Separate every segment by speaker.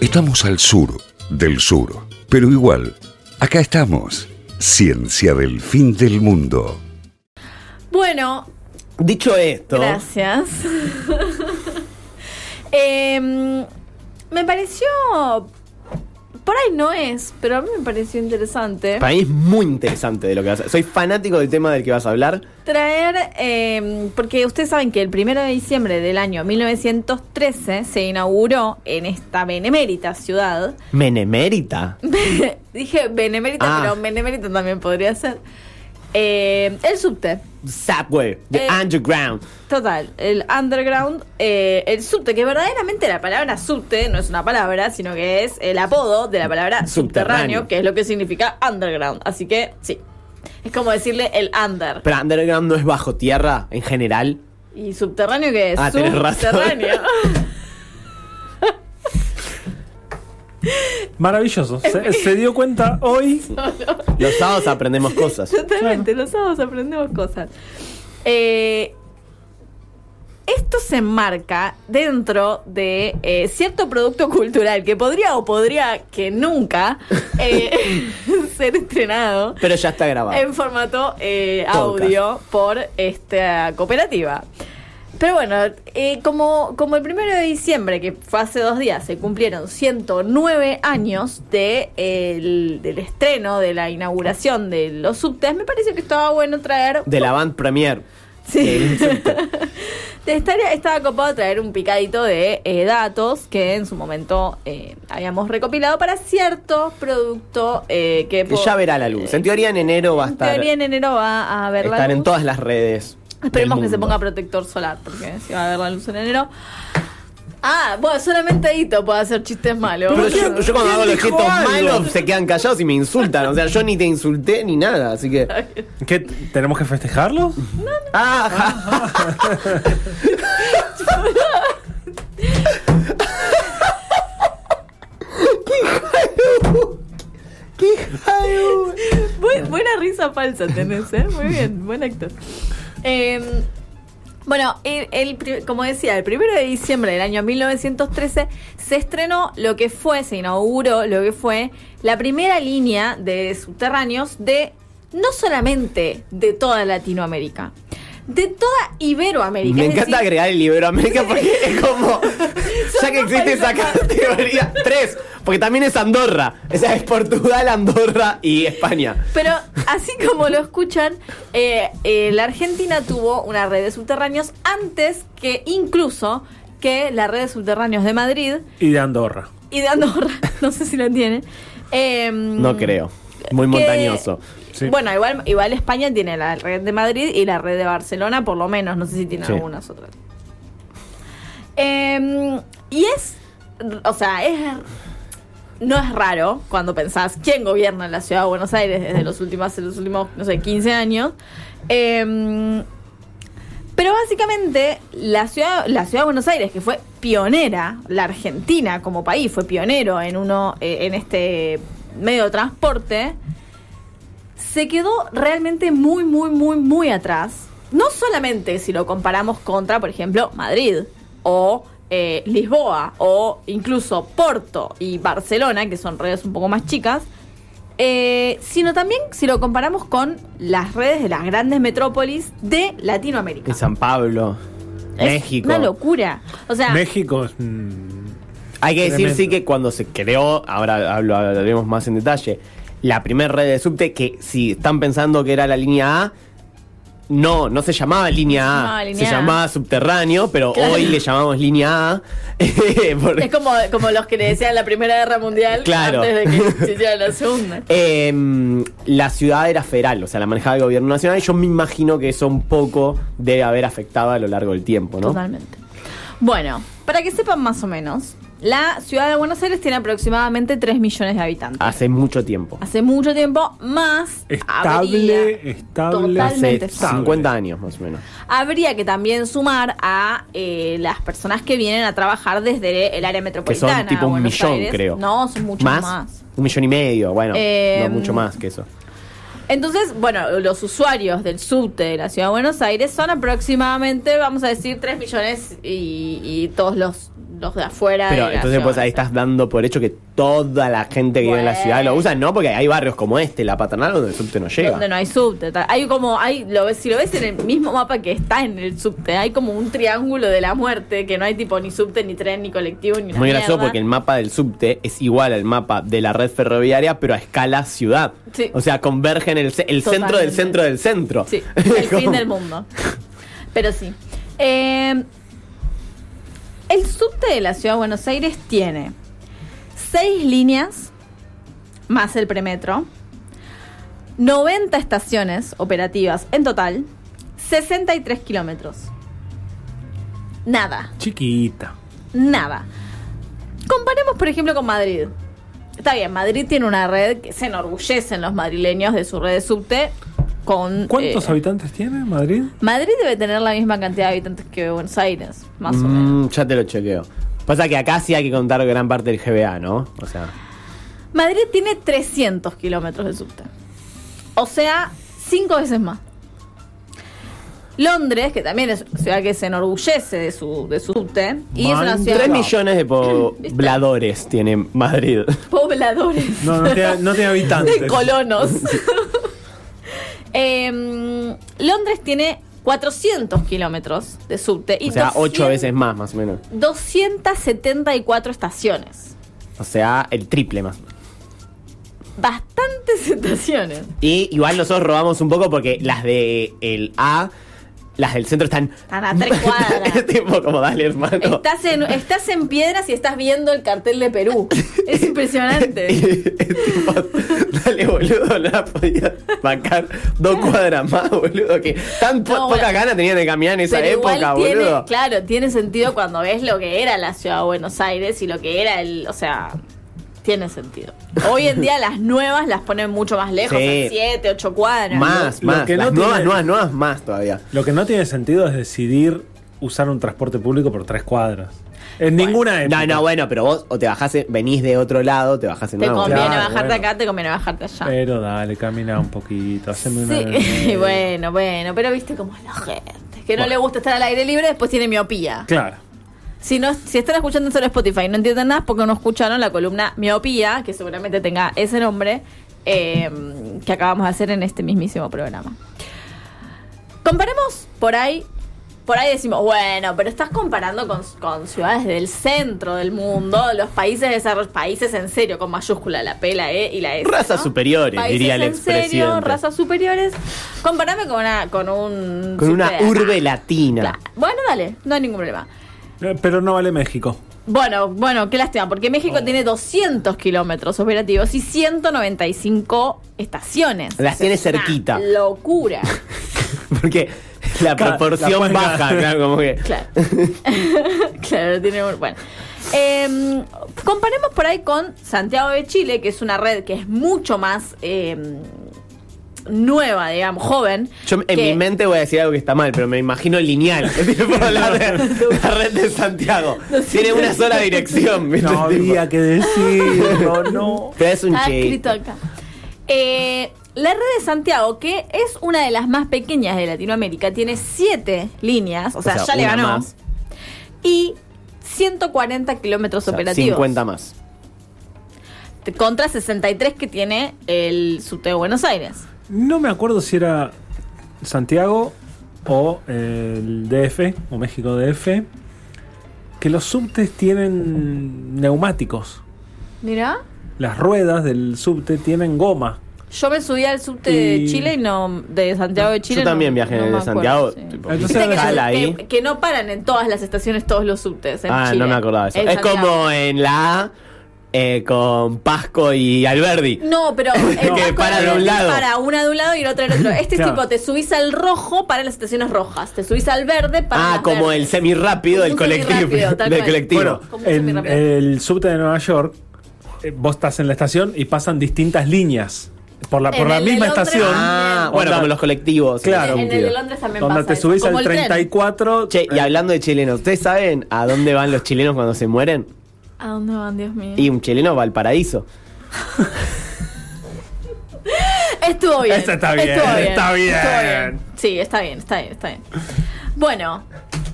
Speaker 1: Estamos al sur del sur, pero igual, acá estamos. Ciencia del fin del mundo.
Speaker 2: Bueno,
Speaker 3: Dicho esto,
Speaker 2: gracias. Em, me pareció. Por ahí no es, pero a mí me pareció interesante
Speaker 3: para mí es muy interesante de lo que vas a Soy fanático del tema del que vas a hablar.
Speaker 2: traer. em, porque ustedes saben que el 1 de diciembre del año 1913 se inauguró en esta benemérita ciudad.
Speaker 3: Menemérita.
Speaker 2: Dije benemérita,
Speaker 3: Ah.
Speaker 2: pero benemérita también podría ser. em, el subte.
Speaker 3: Subway, The
Speaker 2: Eh.
Speaker 3: Underground.
Speaker 2: Total, el underground, eh, el subte, que verdaderamente la palabra subte no es una palabra, sino que es el apodo de la palabra
Speaker 3: Subterráneo.
Speaker 2: subterráneo, que es lo que significa underground. Así que sí, es como decirle el under.
Speaker 3: Pero Underground no es bajo tierra en general.
Speaker 2: ¿Y subterráneo qué es?
Speaker 3: Ah, tenés razón.
Speaker 2: subterráneo.
Speaker 4: Maravilloso. Se, se dio cuenta hoy.
Speaker 3: Los sábados aprendemos cosas.
Speaker 2: Totalmente, los sábados aprendemos cosas. Eh, esto se enmarca dentro de eh, cierto producto cultural que podría o podría que nunca eh, ser estrenado
Speaker 3: Pero ya está grabado.
Speaker 2: en formato eh,
Speaker 3: Podcast.
Speaker 2: audio por esta cooperativa. Pero bueno, eh, como, como el primero de diciembre, que fue hace dos días, se cumplieron 109 años de, el- del estreno, de la inauguración de los subtes, me parece que estaba bueno traer...
Speaker 3: De la band premier.
Speaker 2: Sí. De estaría, estaba copado traer un picadito de eh, datos que en su momento eh, habíamos recopilado para cierto producto eh, que...
Speaker 3: Que
Speaker 2: po-
Speaker 3: ya verá la luz. En teoría en enero va a estar.
Speaker 2: en teoría en enero va a haber la
Speaker 3: estar en
Speaker 2: luz.
Speaker 3: todas las redes. del
Speaker 2: Esperemos que se
Speaker 3: mundo.
Speaker 2: ponga protector solar, porque si va a haber la luz en enero. Ah, bueno, solamente Edito puede hacer chistes malos.
Speaker 3: Pero yo,
Speaker 2: boludo.
Speaker 3: yo cuando
Speaker 4: ¿Quién
Speaker 3: hago los
Speaker 4: dijo
Speaker 3: gestos
Speaker 4: algo?
Speaker 3: malos se quedan callados y me insultan. O sea, yo ni te insulté ni nada, así que.
Speaker 4: ¿Qué? ¿Tenemos que festejarlo?
Speaker 3: Ah, ja. ¡Qué hija de puta!
Speaker 2: Bu- buena risa falsa tenés, ¿eh? Muy bien, buen actor. Eh, bueno, el- el pri- como decía, el primero de diciembre del año 1913 se estrenó lo que fue, se inauguró lo que fue la primera línea de subterráneos de no solamente de toda Latinoamérica, de toda
Speaker 3: ¡Qué
Speaker 2: Iberoamérica.
Speaker 3: Me
Speaker 2: es
Speaker 3: encanta
Speaker 2: decir,
Speaker 3: agregar el Iberoamérica porque es como. Ya que
Speaker 2: dos
Speaker 3: existe esa
Speaker 2: países.
Speaker 3: categoría. Tres, porque también es Andorra. O sea, es Portugal, Andorra y España.
Speaker 2: Pero así como lo escuchan, eh, eh, la Argentina tuvo una red de subterráneos antes que incluso que la red de subterráneos de Madrid
Speaker 4: Y de Andorra.
Speaker 2: y de Andorra, no sé si la tiene. Em,
Speaker 3: No creo. Muy
Speaker 2: que-
Speaker 3: montañoso.
Speaker 4: Sí.
Speaker 2: Bueno, igual, igual España tiene la red de Madrid y la red de Barcelona, por lo menos, no sé si tiene
Speaker 3: Sí.
Speaker 2: algunas otras. Em, y es, o sea, es no es raro cuando pensás quién gobierna la ciudad de Buenos Aires desde los últimos, los últimos no sé, 15 años. Em, pero básicamente la ciudad, la ciudad de Buenos Aires, que fue pionera, la Argentina como país fue pionero en uno, eh, en este medio de transporte, se quedó realmente muy, muy, muy, muy atrás. No solamente si lo comparamos contra, por ejemplo, Madrid o eh, Lisboa o incluso Porto y Barcelona, que son redes un poco más chicas, eh, sino también si lo comparamos con las redes de las grandes metrópolis de Latinoamérica.
Speaker 3: En San Pablo.
Speaker 2: Es
Speaker 3: México.
Speaker 2: Una locura. O sea,
Speaker 4: México. mm,
Speaker 3: Hay que decir
Speaker 4: Tremendo.
Speaker 3: sí que cuando se creó, ahora hablo- hablaremos más en detalle, la primera red de subte que si están pensando que era la línea A, no, no se llamaba línea A,
Speaker 2: No, línea
Speaker 3: se
Speaker 2: A.
Speaker 3: llamaba subterráneo, pero
Speaker 2: Claro.
Speaker 3: hoy le llamamos línea A. por-
Speaker 2: es como, como los que le decían la Primera Guerra Mundial
Speaker 3: Claro.
Speaker 2: antes de que se hiciera la Segunda.
Speaker 3: Em, la ciudad era federal, o sea, la manejaba el gobierno nacional y yo me imagino que eso un poco debe haber afectado a lo largo del tiempo, ¿no?
Speaker 2: Totalmente. Bueno, para que sepan más o menos, la ciudad de Buenos Aires tiene aproximadamente 3 millones de habitantes.
Speaker 3: Hace mucho tiempo,
Speaker 2: Hace mucho tiempo, más
Speaker 4: Estable,
Speaker 2: habría-
Speaker 4: estable.
Speaker 2: Totalmente
Speaker 3: hace
Speaker 2: estable.
Speaker 3: 50 años más o menos.
Speaker 2: Habría que también sumar a eh, las personas que vienen a trabajar desde el área metropolitana.
Speaker 3: tipo un
Speaker 2: Buenos
Speaker 3: millón,
Speaker 2: Aires.
Speaker 3: creo.
Speaker 2: No, son muchos
Speaker 3: ¿Más?
Speaker 2: más.
Speaker 3: Un millón y medio, bueno,
Speaker 2: Em,
Speaker 3: no mucho más que eso.
Speaker 2: Entonces, bueno, los usuarios del subte de la Ciudad de Buenos Aires son aproximadamente, vamos a decir, 3 millones y, y todos los, los de afuera.
Speaker 3: Pero
Speaker 2: de la
Speaker 3: entonces
Speaker 2: ciudad,
Speaker 3: pues ahí
Speaker 2: o sea.
Speaker 3: estás dando por hecho que toda la gente que vive en la ciudad lo usa, no porque hay barrios como este, la paternal, donde el subte no llega.
Speaker 2: Donde no hay subte. tal. Hay como, hay, lo ves, si lo ves en el mismo mapa que está en el subte, hay como un triángulo de la muerte que no hay tipo ni subte, ni tren, ni colectivo, ni
Speaker 3: Es
Speaker 2: una
Speaker 3: muy gracioso
Speaker 2: mierda.
Speaker 3: porque el mapa del subte es igual al mapa de la red ferroviaria, pero a escala ciudad.
Speaker 2: Sí.
Speaker 3: O sea, convergen el, ce- el centro del
Speaker 2: Totalmente.
Speaker 3: centro del centro.
Speaker 2: Sí, el
Speaker 3: Como-
Speaker 2: fin del mundo. Pero sí. Eh, el subte de la ciudad de Buenos Aires tiene seis líneas más el premetro, 90 estaciones operativas en total, 63 kilómetros. Nada.
Speaker 4: Chiquita.
Speaker 2: Nada. Comparemos, por ejemplo, con Madrid. Está bien, Madrid tiene una red que se enorgullecen los madrileños de su red de subte con...
Speaker 4: ¿Cuántos
Speaker 2: eh,
Speaker 4: habitantes tiene Madrid?
Speaker 2: Madrid debe tener la misma cantidad de habitantes que Buenos Aires, más o menos.
Speaker 3: Mm, ya te lo chequeo. Pasa que acá sí hay que contar gran parte del GBA, ¿no? O sea,
Speaker 4: Mm.
Speaker 2: Madrid tiene 300 kilómetros de subte. O sea, cinco veces más. Londres, que también es una ciudad que se enorgullece de su, de su subte, y es una
Speaker 4: Man,
Speaker 2: ciudad
Speaker 4: Claro.
Speaker 3: 3 millones de pobladores tiene Madrid.
Speaker 2: pobladores.
Speaker 4: No, no tiene, no tiene habitantes.
Speaker 2: de colonos. Em, Londres tiene 400 kilómetros de subte y
Speaker 3: O sea, 8
Speaker 2: 200
Speaker 3: veces más, más o menos.
Speaker 2: 274 estaciones.
Speaker 3: O sea, el triple más.
Speaker 2: Bastantes estaciones.
Speaker 3: Y igual nosotros robamos un poco porque las de el A, las del centro están.
Speaker 2: Están a tres cuadras.
Speaker 3: es tipo como dale, hermano.
Speaker 2: Estás en, estás en piedras y estás viendo el cartel de Perú. Es impresionante.
Speaker 3: Es tipo, dale, boludo, no la podía bancar dos cuadras más, boludo. Que tan po-
Speaker 2: No, bueno.
Speaker 3: poca gana tenían de caminar en esa
Speaker 2: Pero igual
Speaker 3: época,
Speaker 2: tiene,
Speaker 3: boludo.
Speaker 2: claro, tiene sentido cuando ves lo que era la ciudad de Buenos Aires y lo que era el, o sea, tiene sentido. Hoy en día las nuevas las ponen mucho más lejos,
Speaker 3: Sí.
Speaker 2: a 7, 8 cuadras.
Speaker 3: Más,
Speaker 4: Lo- lo
Speaker 3: más.
Speaker 4: que no
Speaker 3: Las nuevas,
Speaker 4: tiene-
Speaker 3: nuevas, nuevas, más todavía.
Speaker 4: Lo que no tiene sentido es decidir usar un transporte público por tres cuadras. En ninguna época.
Speaker 3: No, no, bueno, pero vos o te bajás, en- venís de otro lado, te bajás en
Speaker 2: Te
Speaker 3: una
Speaker 2: conviene
Speaker 3: bolsa.
Speaker 4: claro,
Speaker 2: bajarte
Speaker 4: bueno.
Speaker 2: acá, te conviene bajarte allá.
Speaker 3: Eh,
Speaker 4: Pero dale, camina un poquito, haceme una...
Speaker 2: Sí, bueno, bueno, pero viste cómo es la gente. Que no
Speaker 4: Bueno.
Speaker 2: le gusta estar al aire libre, después tiene miopía.
Speaker 4: Claro.
Speaker 2: Si, no, si están escuchando solo Spotify y no entienden nada es porque no escucharon la columna Miopía, que seguramente tenga ese nombre, eh, que acabamos de hacer en este mismísimo programa. Comparemos por ahí. Por ahí decimos, bueno, pero estás comparando con, con ciudades del centro del mundo, los países desarrollados, países en serio, con mayúscula la P, la E y la S.
Speaker 3: Razas
Speaker 2: ¿no?
Speaker 3: superiores,
Speaker 2: Países
Speaker 3: diría el
Speaker 2: en serio,
Speaker 3: expresidente.
Speaker 2: razas superiores. Comparame con una, con un.
Speaker 3: Con una
Speaker 2: subte-
Speaker 3: urbe latina.
Speaker 2: Claro. Bueno, dale, no hay ningún problema.
Speaker 4: Eh, Pero no vale México.
Speaker 2: Bueno, bueno, qué lástima, porque México
Speaker 3: Oh.
Speaker 2: tiene 200 kilómetros operativos y 195 estaciones.
Speaker 3: Las
Speaker 2: O sea,
Speaker 3: tiene
Speaker 2: es una
Speaker 3: cerquita.
Speaker 2: Locura.
Speaker 3: Porque la
Speaker 4: Claro,
Speaker 3: proporción
Speaker 4: la cuenca.
Speaker 3: baja, claro, como que.
Speaker 2: Claro. claro, tiene. un- Bueno. Eh, comparemos por ahí con Santiago de Chile, que es una red que es mucho más eh, nueva, digamos, joven.
Speaker 3: Yo en
Speaker 2: que-
Speaker 3: mi mente voy a decir algo que está mal, pero me imagino lineal. Tipo, la, de- la red de Santiago. Tiene una sola dirección. ¿viste?
Speaker 4: No
Speaker 3: Tipo,
Speaker 4: había que decirlo, no.
Speaker 3: Pero es un
Speaker 2: Está escrito
Speaker 3: chiste.
Speaker 2: acá. Eh, la red de Santiago, que es una de las más pequeñas de Latinoamérica, tiene siete líneas, o sea,
Speaker 3: sea,
Speaker 2: ya le
Speaker 3: una
Speaker 2: ganó.
Speaker 3: más.
Speaker 2: Y 140 kilómetros
Speaker 3: O sea,
Speaker 2: operativos.
Speaker 3: 50 más.
Speaker 2: Contra 63 que tiene el subte de Buenos Aires.
Speaker 4: No me acuerdo si era Santiago o eh, el DF, o México DF, que los subtes tienen neumáticos.
Speaker 2: Mira,
Speaker 4: Las ruedas del subte tienen goma.
Speaker 2: yo me subí al subte
Speaker 4: Y-
Speaker 2: de Chile y no. de Santiago de Chile.
Speaker 3: Yo también
Speaker 2: no-
Speaker 3: viajé
Speaker 2: no
Speaker 3: en el
Speaker 2: me
Speaker 3: de Santiago.
Speaker 2: acuerdo, sí.
Speaker 3: tipo,
Speaker 4: Entonces,
Speaker 2: Viste que,
Speaker 3: escala ahí.
Speaker 2: que- que no paran en todas las estaciones todos los subtes. en
Speaker 3: Ah,
Speaker 2: Chile.
Speaker 3: no me acordaba de eso.
Speaker 2: En
Speaker 3: Es
Speaker 2: Santiago.
Speaker 3: como en la A eh, con Pasco y Alberdi.
Speaker 2: No, pero el
Speaker 3: Que
Speaker 2: Vasco
Speaker 3: para de
Speaker 2: Vélez
Speaker 3: un lado.
Speaker 2: para una de un lado y el otro del otro. Este
Speaker 4: Claro.
Speaker 2: tipo te subís al rojo para las estaciones rojas, te subís al verde para
Speaker 3: ah,
Speaker 2: las
Speaker 3: como
Speaker 2: verdes.
Speaker 3: el semirápido
Speaker 2: Un
Speaker 3: del colectivo.
Speaker 2: semirrápido, tal
Speaker 3: Del
Speaker 2: cual.
Speaker 3: colectivo.
Speaker 4: Bueno,
Speaker 2: Como un
Speaker 4: en
Speaker 2: semirrápido.
Speaker 4: el subte de Nueva York, eh, vos estás en la estación y pasan distintas líneas por la,
Speaker 2: En
Speaker 4: por la
Speaker 2: el de
Speaker 4: misma
Speaker 2: Londres
Speaker 4: estación.
Speaker 3: ah,
Speaker 2: Onda.
Speaker 3: bueno, como los colectivos. en ese
Speaker 4: Claro.
Speaker 2: En el
Speaker 3: sentido.
Speaker 2: de Londres también
Speaker 4: Donde
Speaker 2: pasa
Speaker 4: te
Speaker 2: eso.
Speaker 4: subís
Speaker 2: Como
Speaker 4: al
Speaker 2: el tren.
Speaker 4: 34.
Speaker 3: Che, y hablando de chilenos, ¿ustedes saben a dónde van los chilenos cuando se mueren?
Speaker 2: ¿A dónde van, Dios mío?
Speaker 3: Y un chileno va al paraíso.
Speaker 2: Estuvo bien.
Speaker 4: Esa está bien,
Speaker 2: Estuvo
Speaker 4: está bien.
Speaker 2: Estuvo bien. Sí, está bien, está bien, está bien. Bueno,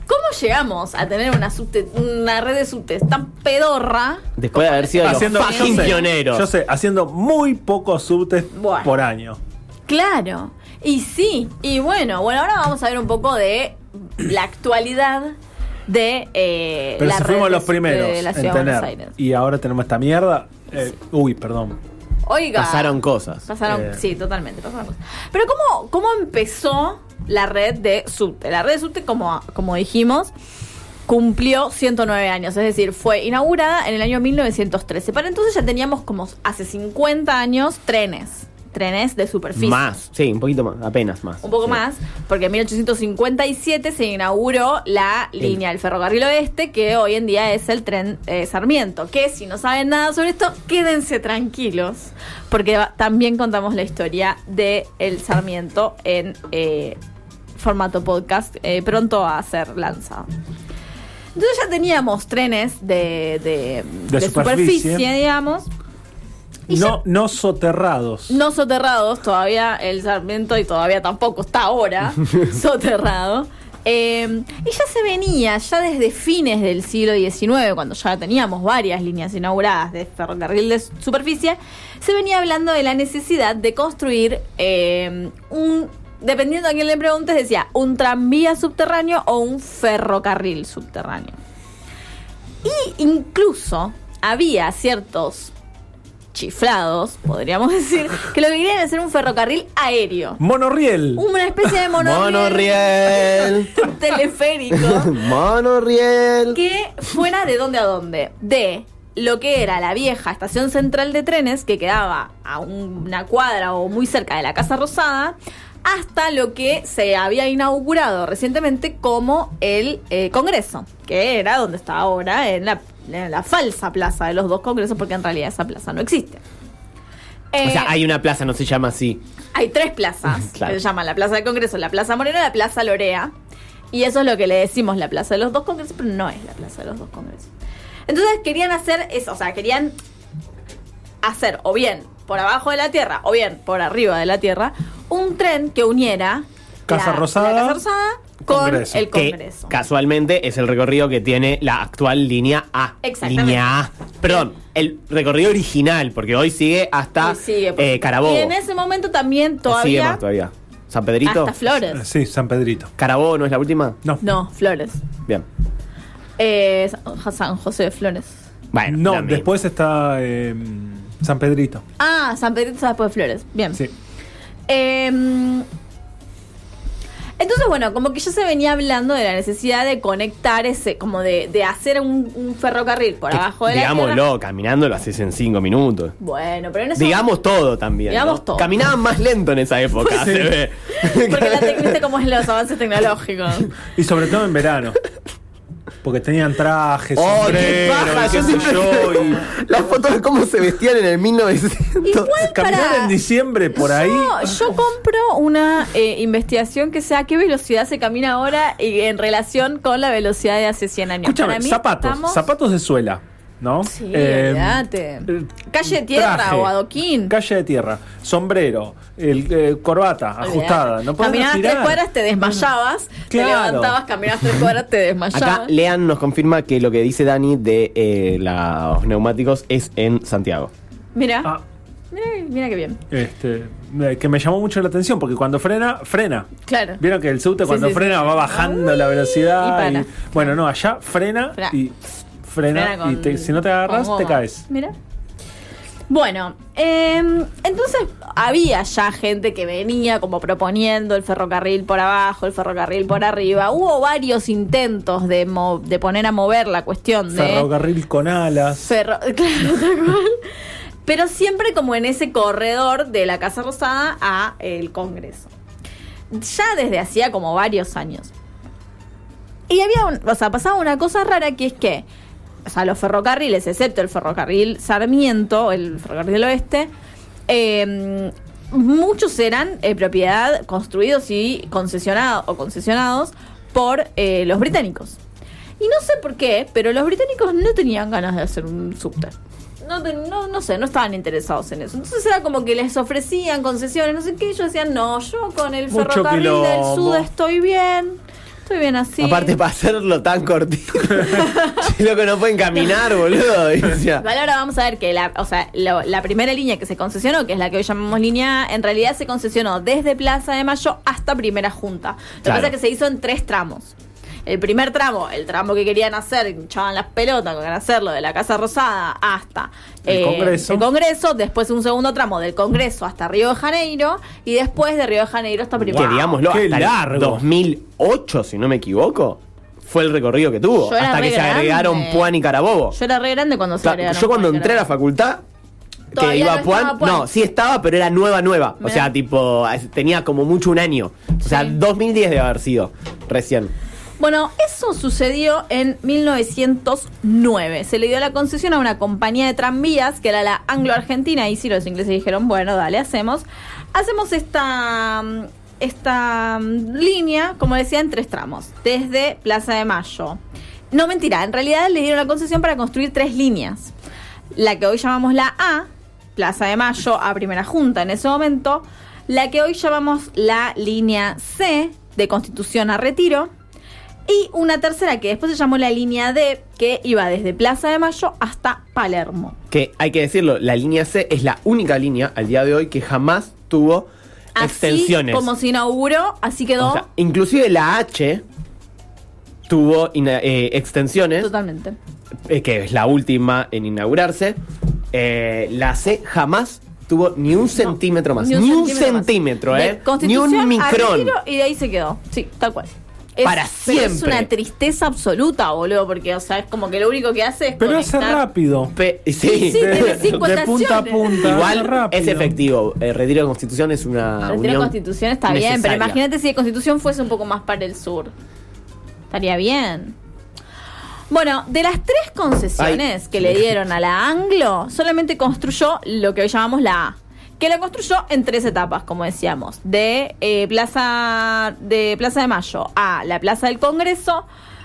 Speaker 2: ¿cómo llegamos a tener una, subte- una red de subtes tan pedorra.
Speaker 3: Después de haber sido los
Speaker 4: Haciendo, yo
Speaker 3: fucking
Speaker 4: sé,
Speaker 3: pioneros.
Speaker 4: yo sé, haciendo muy pocos subtes
Speaker 2: Bueno.
Speaker 4: por año.
Speaker 2: Claro. Y sí, y bueno, bueno, ahora vamos a ver un poco de la actualidad de eh,
Speaker 4: Pero
Speaker 2: la
Speaker 4: si
Speaker 2: red
Speaker 4: fuimos
Speaker 2: de
Speaker 4: los
Speaker 2: subte
Speaker 4: primeros
Speaker 2: de la
Speaker 4: en
Speaker 2: ciudad de Buenos Aires.
Speaker 4: tener. Y ahora tenemos esta mierda. Eh, Uy, perdón.
Speaker 2: Oiga.
Speaker 3: Pasaron cosas.
Speaker 2: Pasaron,
Speaker 4: Eh.
Speaker 2: sí, totalmente, pasaron cosas. Pero ¿cómo, cómo empezó la red de subte? La red de subte, como, como dijimos, cumplió 109 años, es decir, fue inaugurada en el año 1913. Para entonces ya teníamos como hace 50 años trenes, trenes de superficie.
Speaker 3: Más, sí, un poquito más, apenas más.
Speaker 2: Un poco
Speaker 3: Sí.
Speaker 2: más, porque en 1857 se inauguró la línea del ferrocarril oeste, que hoy en día es el tren eh, Sarmiento. Que si no saben nada sobre esto, quédense tranquilos, porque va- también contamos la historia de el Sarmiento en eh, formato podcast, eh, pronto a ser lanzado. Entonces ya teníamos trenes de, de-
Speaker 4: De
Speaker 2: de
Speaker 4: superficie.
Speaker 2: superficie, digamos. Y
Speaker 4: No, no soterrados.
Speaker 2: No soterrados, todavía el Sarmiento y todavía tampoco está ahora soterrado. Eh, y ya se venía, ya desde fines del siglo XIX, cuando ya teníamos varias líneas inauguradas de ferrocarril de superficie, se venía hablando de la necesidad de construir eh, un, dependiendo a quién le preguntes, decía un tranvía subterráneo o un ferrocarril subterráneo. Y incluso había ciertos chiflados, podríamos decir, que lo que querían era hacer un ferrocarril aéreo.
Speaker 4: Monorriel.
Speaker 2: Una especie de monorriel,
Speaker 3: Monoriel.
Speaker 2: teleférico
Speaker 3: Monoriel.
Speaker 2: que fuera de dónde a dónde. De lo que era la vieja estación central de trenes, que quedaba a un- una cuadra o muy cerca de la Casa Rosada, hasta lo que se había inaugurado recientemente como el eh, Congreso, que era donde está ahora, en la, en la falsa plaza de los dos congresos, porque en realidad esa plaza no existe.
Speaker 3: O sea,
Speaker 2: Eh,
Speaker 3: hay una plaza, no se llama así.
Speaker 2: hay tres plazas
Speaker 3: Claro.
Speaker 2: que se llaman la Plaza del Congreso, la Plaza Moreno y la Plaza Lorea. Y eso es lo que le decimos la Plaza de los Dos Congresos, pero no es la Plaza de los Dos Congresos. Entonces querían hacer eso, o sea, querían hacer o bien por abajo de la tierra o bien por arriba de la tierra un tren que uniera
Speaker 4: Casa
Speaker 2: la-
Speaker 4: Rosada,
Speaker 2: la Casa Rosada con
Speaker 4: Congreso.
Speaker 2: el
Speaker 3: Que
Speaker 2: Congreso.
Speaker 3: casualmente es el recorrido que tiene la actual línea A.
Speaker 2: Exactamente.
Speaker 3: Línea A. Perdón, el recorrido original, porque hoy sigue hasta
Speaker 2: Y sigue, por
Speaker 3: eh,
Speaker 2: supuesto.
Speaker 3: Carabobo.
Speaker 2: Y en ese momento también
Speaker 3: Sigue
Speaker 2: todavía,
Speaker 3: más todavía. San Pedrito.
Speaker 2: hasta Flores.
Speaker 4: Eh, Sí, San Pedrito.
Speaker 3: Carabobo no es la última.
Speaker 4: No.
Speaker 2: No, Flores.
Speaker 3: Bien.
Speaker 2: Eh, San José de Flores.
Speaker 3: Bueno,
Speaker 4: No,
Speaker 3: la misma.
Speaker 4: después está eh, San Pedrito.
Speaker 2: Ah, San Pedrito está después de Flores. Bien.
Speaker 4: Sí.
Speaker 2: Eh, entonces, bueno, como que ya se venía hablando de la necesidad de conectar ese, como de, de hacer un, un ferrocarril por
Speaker 3: Que,
Speaker 2: abajo de la
Speaker 3: Digámoslo,
Speaker 2: tierra.
Speaker 3: caminando lo haces en cinco minutos.
Speaker 2: Bueno, pero en ese
Speaker 3: Digamos todo también.
Speaker 2: Digamos
Speaker 3: ¿no?
Speaker 2: todo.
Speaker 3: Caminaban más lento en esa época,
Speaker 4: Pues sí.
Speaker 3: se ve.
Speaker 2: momento- Porque la tecnología como es los avances tecnológicos.
Speaker 4: Y sobre todo en verano. Porque tenían trajes,
Speaker 3: Oh, qué
Speaker 4: sombrero,
Speaker 3: paja,
Speaker 4: qué
Speaker 3: yo
Speaker 4: sé
Speaker 3: siempre-
Speaker 4: yo, y
Speaker 3: Las fotos de cómo se vestían en el 1900.
Speaker 2: Igual
Speaker 4: caminar
Speaker 2: para...
Speaker 4: en diciembre por ahí.
Speaker 2: Yo, yo compro una eh, investigación que sea a qué velocidad se camina ahora y en relación con la velocidad de hace 100 años. Para
Speaker 4: Escúchame,
Speaker 2: mí
Speaker 4: zapatos,
Speaker 2: estamos-
Speaker 4: zapatos de suela, ¿no?
Speaker 2: Sí,
Speaker 4: Eh,
Speaker 2: olvídate.
Speaker 4: eh,
Speaker 2: Calle de tierra
Speaker 4: traje,
Speaker 2: o adoquín.
Speaker 4: Calle de tierra, sombrero, el, eh, corbata ajustada. No podés
Speaker 2: Caminabas tres
Speaker 4: respirar.
Speaker 2: cuadras, te desmayabas. Te
Speaker 4: Claro.
Speaker 2: levantabas, caminabas tres cuadras, te desmayabas.
Speaker 3: Acá Lean nos confirma que lo que dice Dani de eh, la- los neumáticos es en Santiago.
Speaker 2: Mira,
Speaker 4: Ah,
Speaker 2: mira, mira qué bien.
Speaker 4: este, eh, que me llamó mucho la atención porque cuando frena, frena.
Speaker 2: Claro.
Speaker 4: Vieron que el subte
Speaker 2: Sí,
Speaker 4: cuando
Speaker 2: sí, sí.
Speaker 4: frena va bajando la velocidad.
Speaker 2: Y para.
Speaker 4: bueno, no, allá frena,
Speaker 2: Frena.
Speaker 4: y frena,
Speaker 2: Frena con-
Speaker 4: y te- si no te agarras,
Speaker 2: con
Speaker 4: te
Speaker 2: goma.
Speaker 4: caes.
Speaker 2: Mira. Bueno, em, entonces había ya gente que venía como proponiendo el ferrocarril por abajo, el ferrocarril por arriba. Hubo varios intentos de, mo- de poner a mover la cuestión de.
Speaker 4: Ferrocarril con alas.
Speaker 2: Ferro- claro, tal cual. Pero siempre como en ese corredor de la Casa Rosada a el Congreso. Ya desde hacía como varios años. Y había, un- o sea, pasaba una cosa rara que es que, o sea, los ferrocarriles, excepto el ferrocarril Sarmiento, el ferrocarril del oeste, eh, muchos eran eh, propiedad construidos y concesionados o concesionados por eh, los británicos. Y no sé por qué, pero los británicos no tenían ganas de hacer un subte. No, te- no, no sé, no estaban interesados en eso. Entonces era como que les ofrecían concesiones, no sé qué, y ellos decían, no, yo con el
Speaker 4: Mucho
Speaker 2: ferrocarril del
Speaker 4: quilombo.
Speaker 2: sud estoy bien. Estoy bien así.
Speaker 3: Aparte, para hacerlo tan cortito. si loco no pueden caminar, boludo. Y, o sea,
Speaker 2: Igual ahora vamos a ver que la, o sea, lo- la primera línea que se concesionó, que es la que hoy llamamos línea A, en realidad se concesionó desde Plaza de Mayo hasta Primera Junta. Lo
Speaker 3: Claro.
Speaker 2: que pasa es que se hizo en tres tramos. El primer tramo, el tramo que querían hacer, hinchaban las pelotas, querían hacerlo de la Casa Rosada hasta eh,
Speaker 4: El Congreso.
Speaker 2: el Congreso, después un segundo tramo del Congreso hasta Río de Janeiro y después de Río de Janeiro hasta Primera
Speaker 3: que digámoslo,
Speaker 4: qué
Speaker 3: hasta el
Speaker 4: largo.
Speaker 3: 2008, si no me equivoco, fue el recorrido que tuvo.
Speaker 2: Yo era
Speaker 3: Hasta que
Speaker 2: re
Speaker 3: se agregaron
Speaker 2: grande.
Speaker 3: Puan y Carabobo.
Speaker 2: Yo era re grande cuando se
Speaker 3: Ta-
Speaker 2: agregaron
Speaker 3: Yo cuando
Speaker 2: Juan
Speaker 3: entré a la
Speaker 2: Carabao.
Speaker 3: facultad, que
Speaker 2: Todavía
Speaker 3: iba
Speaker 2: no
Speaker 3: a Puan,
Speaker 2: estaba Puan.
Speaker 3: no, sí estaba, pero era nueva, nueva. O
Speaker 2: Mirá.
Speaker 3: sea, tipo, es- tenía como mucho un año. O sea,
Speaker 2: Sí.
Speaker 3: 2010 debe haber sido, recién.
Speaker 2: Bueno, eso sucedió en 1909. Se le dio la concesión a una compañía de tranvías que era la anglo-argentina. Y si los ingleses dijeron, bueno, dale, hacemos. Hacemos esta, mm, esta mm, línea, como decía, en tres tramos. Desde Plaza de Mayo. No mentira, en realidad le dieron la concesión para construir tres líneas. La que hoy llamamos la A, Plaza de Mayo a Primera Junta en ese momento. La que hoy llamamos la línea C, de Constitución a Retiro. Y una tercera que después se llamó la línea D, que iba desde Plaza de Mayo hasta Palermo.
Speaker 3: Que hay que decirlo, la línea C es la única línea al día de hoy que jamás tuvo
Speaker 2: Así
Speaker 3: extensiones.
Speaker 2: como se inauguró, así quedó
Speaker 3: O sea, inclusive la H tuvo ina- eh, extensiones,
Speaker 2: totalmente.
Speaker 3: eh, que es la última en inaugurarse. Eh, la C jamás tuvo ni un centímetro más. Ni un, centímetro,
Speaker 2: más. De
Speaker 3: ¿eh? Ni
Speaker 2: Constitución
Speaker 3: un
Speaker 2: a
Speaker 3: micrón.
Speaker 2: Retiro y de ahí se quedó. Sí, tal cual. Es-
Speaker 3: Para
Speaker 2: pero Es
Speaker 3: siempre.
Speaker 2: una tristeza absoluta, boludo, porque, o sea, es como que lo único que hace es.
Speaker 4: Pero hace
Speaker 2: conectar-
Speaker 4: rápido.
Speaker 3: Pe- sí.
Speaker 2: Sí, sí, tiene
Speaker 4: de
Speaker 2: cinco estaciones.
Speaker 4: punta a punta. hace
Speaker 3: Igual
Speaker 4: rápido.
Speaker 3: es efectivo. El retiro de constitución es una.
Speaker 2: Retiro de
Speaker 3: unión
Speaker 2: Constitución está bien, pero
Speaker 3: necesaria.
Speaker 2: imagínate si de Constitución fuese un poco más para el sur. Estaría bien. Bueno, de las tres concesiones
Speaker 3: Ay,
Speaker 2: que
Speaker 3: sí.
Speaker 2: le dieron a la Anglo, solamente construyó lo que hoy llamamos la A. Que la construyó en tres etapas, como decíamos. De, eh, Plaza, de Plaza de Mayo a la Plaza del Congreso.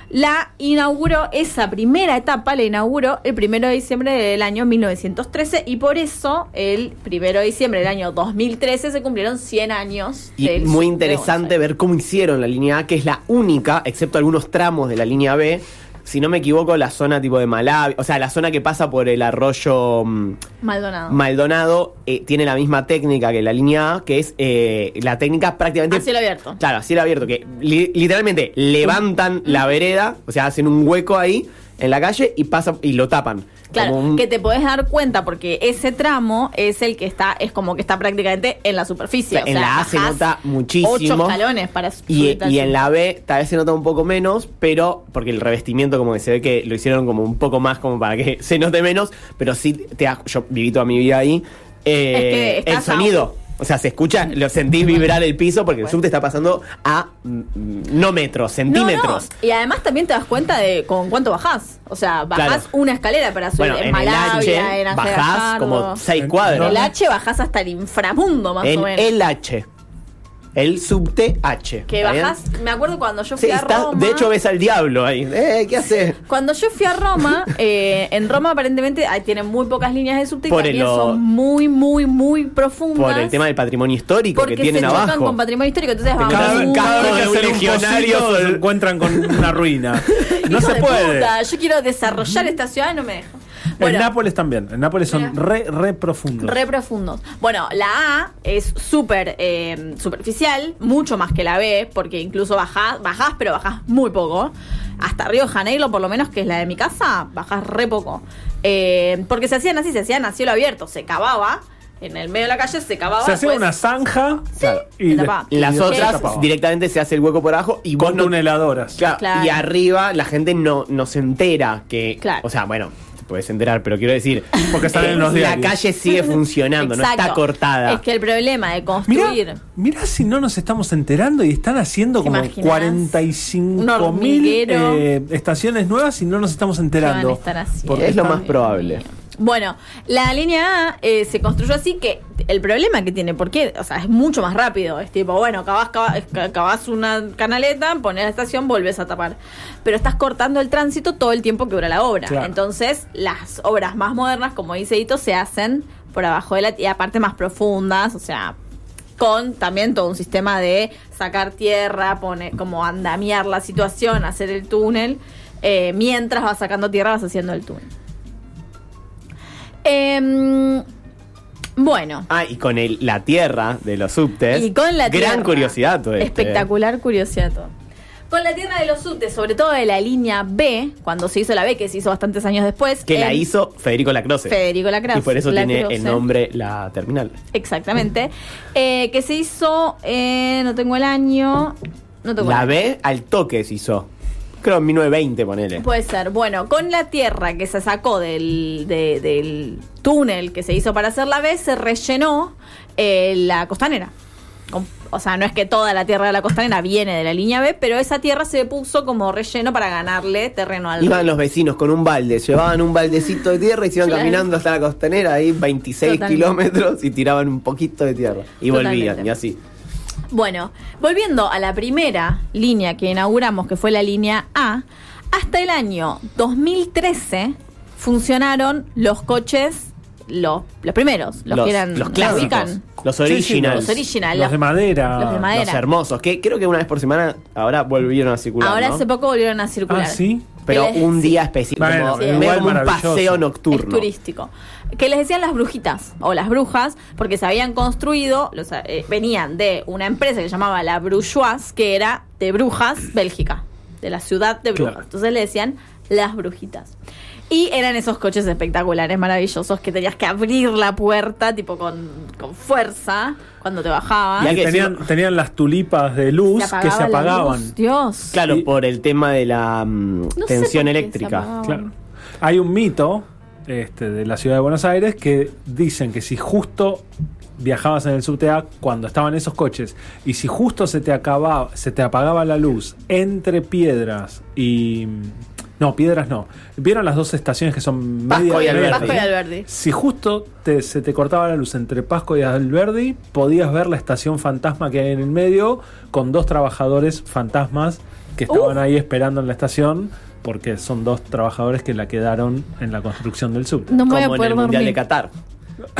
Speaker 2: La inauguró, esa primera etapa la inauguró el primero de diciembre del año 1913 y por eso el primero de diciembre del año 2013 se cumplieron 100 años.
Speaker 3: Y
Speaker 2: del sur
Speaker 3: muy
Speaker 2: de
Speaker 3: interesante
Speaker 2: Buenos Aires.
Speaker 3: ver cómo hicieron la línea A, que es la única, excepto algunos tramos de la línea B. Si no me equivoco, la zona tipo de Malabi, o sea, la zona que pasa por el arroyo mm,
Speaker 2: Maldonado.
Speaker 3: Maldonado, eh, tiene la misma técnica que la línea A, que es eh, la técnica prácticamente.
Speaker 2: A cielo abierto. Mm.
Speaker 3: Claro, a cielo abierto, que li- literalmente levantan la vereda, o sea, hacen un hueco ahí en la calle y pasa y lo tapan.
Speaker 2: Claro,
Speaker 3: Como un-
Speaker 2: que te podés dar cuenta porque ese tramo es el que está, es como que está prácticamente en la superficie.
Speaker 3: O sea, en la A se
Speaker 2: bajás
Speaker 3: nota muchísimo.
Speaker 2: Ocho escalones para
Speaker 3: Y, e,
Speaker 2: subirte al
Speaker 3: y
Speaker 2: sur.
Speaker 3: en la B tal vez se nota un poco menos, pero porque el revestimiento como que se ve que lo hicieron como un poco más como para que se note menos, pero sí te das- yo viví toda mi vida ahí. eh,
Speaker 2: Es que
Speaker 3: el
Speaker 2: estás a-
Speaker 3: sonido, o sea, se escucha, lo sentís vibrar el piso porque el subte está pasando a mm, no metros,
Speaker 2: No, no,
Speaker 3: centímetros.
Speaker 2: Y además también te das cuenta de con cuánto bajás. O sea, bajás
Speaker 3: Claro.
Speaker 2: una escalera para subir
Speaker 3: Bueno,
Speaker 2: en,
Speaker 3: en
Speaker 2: Malavia, en
Speaker 3: el H
Speaker 2: Ángel
Speaker 3: bajás
Speaker 2: Gallardo.
Speaker 3: como seis
Speaker 4: En-
Speaker 3: cuadras.
Speaker 2: En el
Speaker 4: ¿no?
Speaker 2: H bajás hasta el inframundo, más o
Speaker 3: En
Speaker 2: menos.
Speaker 3: el H. El subte H.
Speaker 2: que
Speaker 3: ¿está bien?
Speaker 2: bajás, me acuerdo cuando yo
Speaker 3: Sí,
Speaker 2: fui a
Speaker 3: está-
Speaker 2: Roma.
Speaker 3: de hecho ves al diablo ahí. Eh, ¿Qué haces?
Speaker 2: Cuando yo fui a Roma, eh, en Roma aparentemente ay, tienen muy pocas líneas de subte y
Speaker 3: Por
Speaker 2: también
Speaker 3: el-
Speaker 2: son muy, muy, muy profundas.
Speaker 3: Por el tema del patrimonio histórico
Speaker 2: porque
Speaker 3: que tienen
Speaker 2: se chocan
Speaker 3: abajo.
Speaker 2: con patrimonio histórico, entonces vamos
Speaker 4: Cada,
Speaker 3: Un
Speaker 4: cada
Speaker 3: casco
Speaker 4: vez que
Speaker 3: de un
Speaker 4: hacen un
Speaker 3: legionario
Speaker 4: pocito,
Speaker 3: sol-
Speaker 4: se encuentran con una ruina. No
Speaker 2: Hijo
Speaker 4: se
Speaker 2: de
Speaker 4: puede.
Speaker 2: puta, yo quiero desarrollar esta ciudad y no me deja.
Speaker 4: en Nápoles también. En Nápoles son
Speaker 2: Mira.
Speaker 4: re, re profundos.
Speaker 2: Re profundos. Bueno, la A es súper eh, superficial, mucho más que la B, porque incluso bajás, bajás, pero bajás muy poco. Hasta Río de Janeiro, por lo menos, que es la de mi casa, bajás re poco. Eh, porque se hacían así, se hacían a cielo abierto, se cavaba, en el medio de la calle se cavaba.
Speaker 4: se hacía
Speaker 2: después-
Speaker 4: una zanja
Speaker 2: Claro.
Speaker 4: y,
Speaker 2: se pues. tapaba.
Speaker 4: y
Speaker 3: Las
Speaker 4: después
Speaker 2: se
Speaker 3: otras
Speaker 4: tapaba.
Speaker 3: directamente se hace el hueco por abajo y vos
Speaker 4: con
Speaker 3: no,
Speaker 4: tuneladoras.
Speaker 3: Claro,
Speaker 2: Claro.
Speaker 3: Y arriba la gente no, no se entera que.
Speaker 2: Claro.
Speaker 3: O sea, bueno, te puedes enterar, pero quiero decir. eh,
Speaker 4: Porque salen en los
Speaker 3: La
Speaker 4: diarios.
Speaker 3: calle sigue funcionando, no está
Speaker 2: Exacto.
Speaker 3: cortada.
Speaker 2: Es que el problema de
Speaker 4: Mirá,
Speaker 2: construir.
Speaker 4: mirá si no nos estamos enterando y están haciendo
Speaker 2: ¿Te
Speaker 4: como
Speaker 2: imaginas?
Speaker 4: 45
Speaker 2: Un
Speaker 4: mil eh,
Speaker 2: hormiguero.
Speaker 4: estaciones nuevas y no nos estamos
Speaker 2: van
Speaker 4: enterando.
Speaker 2: a estar haciendo.
Speaker 4: Porque
Speaker 3: Es lo
Speaker 4: están-
Speaker 3: más probable.
Speaker 2: Bueno, la línea A eh, se construyó así que el problema que tiene, porque, o sea, es mucho más rápido. Es tipo, bueno, cavás, cavás, ca- cavás una canaleta, pones la estación, volvés a tapar. Pero estás cortando el tránsito todo el tiempo que dura la obra.
Speaker 4: Claro.
Speaker 2: Entonces, las obras más modernas, como dice Hito, se hacen por abajo de la y aparte más profundas, o sea, con también todo un sistema de sacar tierra, poner, como andamiar la situación, hacer el túnel. eh, mientras vas sacando tierra, vas haciendo el túnel. Em, bueno.
Speaker 3: Ah, y con el- la tierra de los subtes.
Speaker 2: Y con la
Speaker 3: Gran
Speaker 2: tierra.
Speaker 3: curiosidad todo este, esto, ¿eh?
Speaker 2: Espectacular curiosidad todo. Con la tierra de los subtes, sobre todo de la línea B, cuando se hizo la B, que se hizo bastantes años después.
Speaker 3: eh. Que la
Speaker 2: en
Speaker 3: hizo Federico Lacroce.
Speaker 2: Federico Lacroze.
Speaker 3: Y por eso tiene
Speaker 2: Lacroze.
Speaker 3: el nombre la terminal.
Speaker 2: Exactamente. Eh, que se hizo, eh, no tengo el año. No tengo el
Speaker 3: La
Speaker 2: año.
Speaker 3: B al toque se hizo. Creo en 1920, ponele.
Speaker 2: Puede ser. Bueno, con la tierra que se sacó del, de- del túnel que se hizo para hacer la B, se rellenó eh, la costanera. Con- o sea, no es que toda la tierra de la costanera viene de la línea B, pero esa tierra se puso como relleno para ganarle terreno al
Speaker 3: Iban los vecinos con un balde, llevaban un baldecito de tierra y se iban
Speaker 2: Claro.
Speaker 3: caminando hasta la costanera, ahí 26
Speaker 2: Totalmente.
Speaker 3: kilómetros y tiraban un poquito de tierra. Y
Speaker 2: Totalmente.
Speaker 3: volvían, y así.
Speaker 2: Bueno, volviendo a la primera línea que inauguramos, que fue la línea A, hasta el año 2013 funcionaron los coches, los, los primeros, los, que eran
Speaker 3: los clásicos,
Speaker 2: classican.
Speaker 3: los
Speaker 4: Sí, sí,
Speaker 3: originals,
Speaker 2: los original,
Speaker 4: Los de madera.
Speaker 2: los de madera.
Speaker 3: los hermosos, que creo que una vez por semana ahora volvieron a circular.
Speaker 2: Ahora
Speaker 3: ¿no?
Speaker 2: hace poco volvieron a circular.
Speaker 4: Ah, sí.
Speaker 3: Pero
Speaker 2: Que les-
Speaker 3: un
Speaker 2: sí,
Speaker 3: día específico,
Speaker 4: Bueno,
Speaker 2: sí,
Speaker 3: como
Speaker 2: es.
Speaker 3: medio
Speaker 4: igual
Speaker 3: como un
Speaker 4: maravilloso.
Speaker 3: paseo
Speaker 2: Es
Speaker 3: nocturno.
Speaker 2: turístico. Que les decían las brujitas o las brujas, porque se habían construido, los, eh, venían de una empresa que se llamaba La Brujoise, que era de brujas Bélgica, de la ciudad de Brujas.
Speaker 4: Claro.
Speaker 2: Entonces le decían las brujitas. Y eran esos coches espectaculares, maravillosos, que tenías que abrir la puerta, tipo con, con fuerza, cuando te
Speaker 3: Y
Speaker 2: bajabas.
Speaker 3: hay que
Speaker 4: Tenían,
Speaker 3: decirlo.
Speaker 4: tenían las tulipas de luz
Speaker 2: Se
Speaker 4: que se
Speaker 2: apagaba la
Speaker 4: apagaban.
Speaker 2: luz. Dios.
Speaker 3: Claro,
Speaker 4: Sí.
Speaker 3: por el tema de la mm,
Speaker 2: No sé por
Speaker 3: tensión
Speaker 2: qué se
Speaker 3: eléctrica.
Speaker 2: apagaban.
Speaker 4: Claro. Hay un mito este, de la ciudad de Buenos Aires que dicen que si justo viajabas en el subte A cuando estaban esos coches y si justo se te acababa, se te apagaba la luz entre piedras y no, piedras no. ¿Vieron las dos estaciones que son
Speaker 3: Pasco
Speaker 4: media
Speaker 3: y
Speaker 4: media-
Speaker 3: Alberdi.
Speaker 2: Vasco y Alberdi.
Speaker 4: Si justo te- se te cortaba la luz entre Pasco y Alberdi, podías ver la estación fantasma que hay en el medio con dos trabajadores fantasmas que estaban
Speaker 2: Uh.
Speaker 4: ahí esperando en la estación porque son dos trabajadores que la quedaron en la construcción del subte.
Speaker 2: No me
Speaker 3: Como
Speaker 2: voy
Speaker 3: en
Speaker 2: a
Speaker 3: el
Speaker 2: poder
Speaker 3: Mundial
Speaker 2: dormir.
Speaker 3: de Qatar.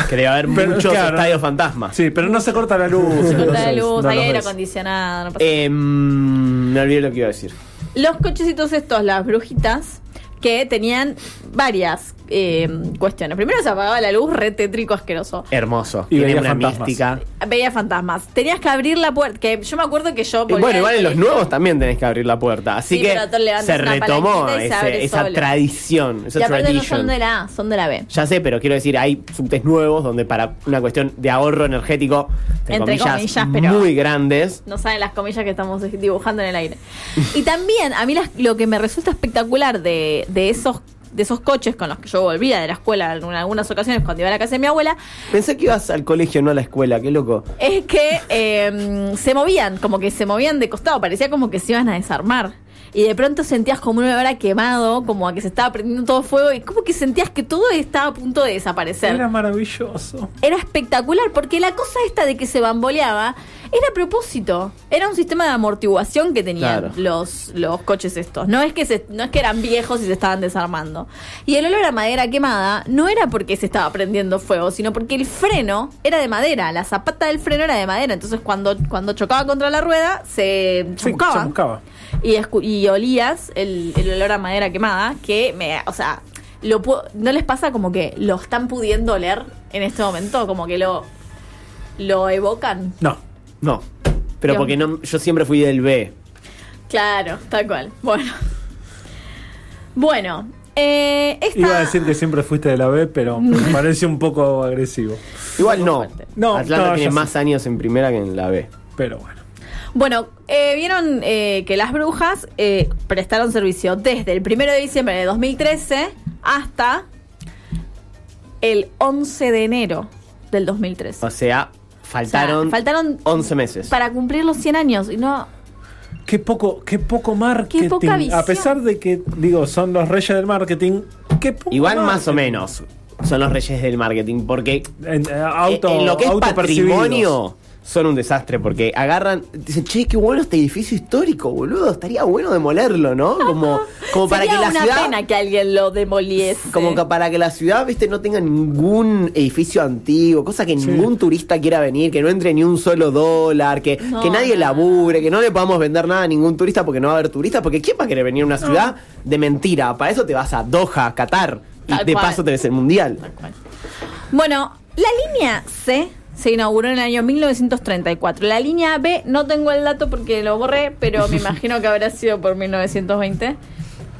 Speaker 3: Que debe haber
Speaker 4: Pero,
Speaker 3: muchos
Speaker 4: claro.
Speaker 3: estadios fantasmas.
Speaker 4: Sí, pero no se corta la luz.
Speaker 2: Se corta la
Speaker 4: entonces
Speaker 2: luz,
Speaker 4: no
Speaker 2: hay
Speaker 4: los
Speaker 2: aire
Speaker 4: ves.
Speaker 2: acondicionado, no pasa
Speaker 3: Eh, mm, me olvidé lo que iba a decir.
Speaker 2: Los cochecitos estos, las brujitas, que tenían varias eh, cuestiones. Primero se apagaba la luz, re tétrico asqueroso.
Speaker 3: Hermoso.
Speaker 4: Y
Speaker 3: Tiene
Speaker 4: veía
Speaker 3: una
Speaker 4: fantasmas.
Speaker 3: mística.
Speaker 2: Veía fantasmas. Tenías que abrir la puerta. Que yo me acuerdo que yo.
Speaker 3: Y
Speaker 2: volvía
Speaker 3: bueno, igual
Speaker 2: del
Speaker 3: en los
Speaker 2: colegio-
Speaker 3: nuevos también tenés que abrir la puerta. Así
Speaker 2: Sí, pero tú
Speaker 3: que
Speaker 2: levantas
Speaker 3: se
Speaker 2: una
Speaker 3: retomó
Speaker 2: palanquita y se
Speaker 3: ese-
Speaker 2: abre
Speaker 3: esa
Speaker 2: solo.
Speaker 3: tradición. Esa
Speaker 2: Y aparte no son
Speaker 3: tradition.
Speaker 2: de la A, son de la B.
Speaker 3: Ya sé, pero quiero decir, hay subtes nuevos donde para una cuestión de ahorro energético, entre,
Speaker 2: Entre
Speaker 3: comillas,
Speaker 2: comillas, pero-
Speaker 3: muy grandes.
Speaker 2: No saben las comillas que estamos dibujando en el aire. Y también, a mí las- lo que me resulta espectacular de, de esos de esos coches con los que yo volvía de la escuela en algunas ocasiones cuando iba a la casa de mi abuela,
Speaker 3: Pensé que ibas al colegio, no a la escuela, qué loco.
Speaker 2: es que eh, se movían, como que se movían de costado, parecía como que se iban a desarmar. Y de pronto sentías como un olor a quemado, como a que se estaba prendiendo todo fuego, y como que sentías que todo estaba a punto de desaparecer.
Speaker 4: Era
Speaker 2: Era,
Speaker 4: maravilloso.
Speaker 2: espectacular, porque la cosa esta de que se bamboleaba era a propósito. Era un sistema de amortiguación que tenían
Speaker 3: Claro.
Speaker 2: los, los coches estos. No es, que se- no es que eran viejos y se estaban desarmando. Y el olor a madera quemada no era porque se estaba prendiendo fuego, sino porque el freno era de madera, la zapata del freno era de madera. Entonces cuando, cuando chocaba contra la rueda se
Speaker 4: Sí,
Speaker 2: chocaba.
Speaker 4: chamuscaba.
Speaker 2: Y, escu- y olías el, el olor a madera quemada que me, o sea, lo pu- no les pasa como que lo están pudiendo oler en este momento, como que lo lo evocan.
Speaker 4: No.
Speaker 3: No. Pero
Speaker 2: Yo-
Speaker 3: porque no, yo siempre fui del B.
Speaker 2: Claro, tal cual. Bueno. Bueno, eh, esta
Speaker 4: Iba a decir que siempre fuiste de la B, pero me parece un poco agresivo.
Speaker 3: Igual no.
Speaker 2: fuerte.
Speaker 4: No,
Speaker 3: Atlanta
Speaker 4: no,
Speaker 3: tiene
Speaker 4: ya
Speaker 3: más
Speaker 4: sé.
Speaker 3: años en primera que en la B.
Speaker 4: Pero bueno.
Speaker 2: Bueno, eh, vieron eh, que las brujas eh, prestaron servicio desde el 1 de diciembre de 2013 hasta el 11 de enero del 2013.
Speaker 3: O sea, faltaron,
Speaker 2: O sea, faltaron
Speaker 3: 11 meses.
Speaker 2: Para cumplir los 100 años. Y no,
Speaker 4: Qué poco, qué poco marketing.
Speaker 2: Qué poca visión.
Speaker 4: A pesar de que, digo, son los reyes del marketing, qué poco
Speaker 3: Igual más o
Speaker 4: marketing.
Speaker 3: menos son los reyes del marketing, porque
Speaker 4: En, eh, auto,
Speaker 3: en lo que es
Speaker 4: autopercibidos.
Speaker 3: patrimonio son un desastre porque agarran, dicen, che, qué bueno este edificio histórico, boludo, estaría bueno demolerlo, ¿no? Como, como para
Speaker 2: Sería
Speaker 3: que la
Speaker 2: una
Speaker 3: ciudad...
Speaker 2: pena que alguien lo demoliese.
Speaker 3: Como que para que la ciudad, viste, no tenga ningún edificio antiguo, cosa que ningún turista quiera venir, que no entre ni un solo dólar, que,
Speaker 2: No,
Speaker 3: que nadie
Speaker 2: no,
Speaker 3: labure, que no le podamos vender nada a ningún turista porque no va a haber turistas, porque ¿quién va a querer venir a una ciudad de mentira? Para eso te vas a Doha, Qatar, y
Speaker 2: Tal
Speaker 3: de
Speaker 2: cual.
Speaker 3: paso te ves el mundial.
Speaker 2: Bueno, la línea C se inauguró en el año 1934. La línea B, no tengo el dato porque lo borré, pero me imagino que habrá sido por 1920.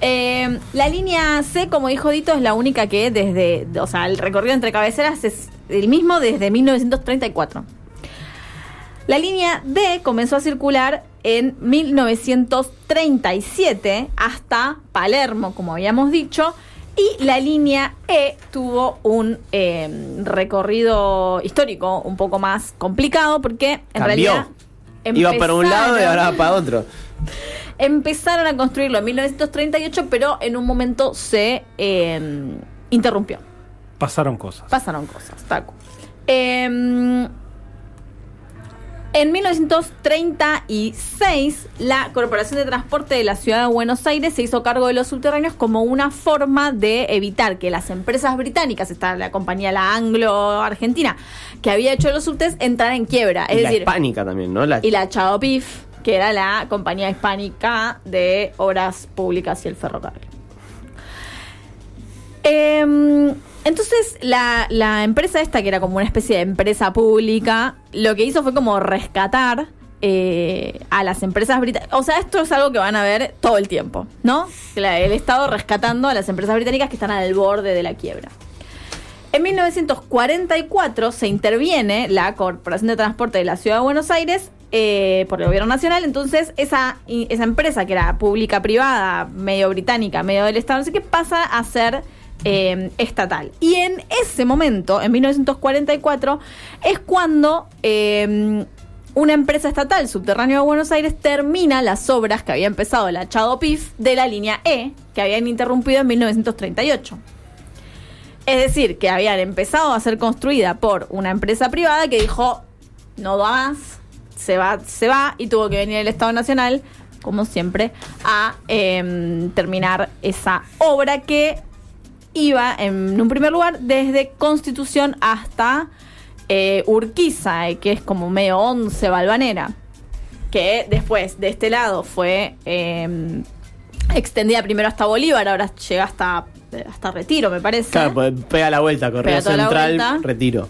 Speaker 2: Eh, la línea C, como dijo Dito, es la única que desde, o sea, el recorrido entre cabeceras es el mismo desde 1934. La línea D comenzó a circular en 1937 hasta Palermo, como habíamos dicho, y la línea E tuvo un eh, recorrido histórico un poco más complicado porque en
Speaker 3: Cambió.
Speaker 2: realidad
Speaker 3: Iba para un lado y ahora
Speaker 2: empezaron-
Speaker 3: para otro.
Speaker 2: Empezaron a construirlo en 1938, pero en un momento se eh, interrumpió.
Speaker 4: Pasaron cosas.
Speaker 2: Pasaron cosas, Taco. Em, en 1936, la Corporación de Transporte de la Ciudad de Buenos Aires se hizo cargo de los subterráneos como una forma de evitar que las empresas británicas, está la compañía la Anglo-Argentina, que había hecho los subtes, entraran en quiebra. Es
Speaker 3: y la
Speaker 2: decir,
Speaker 3: hispánica también, ¿no? La-
Speaker 2: y la Chao Pif, que era la compañía hispánica de obras públicas y el ferrocarril. Em, entonces, la, la empresa esta, que era como una especie de empresa pública, lo que hizo fue como rescatar eh, a las empresas británicas. O sea, esto es algo que van a ver todo el tiempo, ¿no? La- el Estado rescatando a las empresas británicas que están al borde de la quiebra. En 1944 se interviene la Corporación de Transporte de la Ciudad de Buenos Aires eh, por el gobierno nacional. Entonces, esa, i- esa empresa que era pública, privada, medio británica, medio del Estado, no sé qué, pasa a ser eh, estatal. Y en ese momento, en 1944, es cuando eh, una empresa estatal subterránea de Buenos Aires termina las obras que había empezado la Chado Pif de la línea E, que habían interrumpido en 1938. Es decir, que habían empezado a ser construida por una empresa privada que dijo, no va más, se va, se va, y tuvo que venir el Estado Nacional, como siempre, a em, terminar esa obra que iba en un primer lugar desde Constitución hasta eh, Urquiza, eh, que es como medio 11 balvanera, que después de este lado fue em, extendida primero hasta Bolívar, ahora llega hasta, hasta Retiro, me parece.
Speaker 3: Claro, pues, pega la vuelta, correo
Speaker 2: Pega toda la
Speaker 3: central,
Speaker 2: vuelta.
Speaker 3: retiro.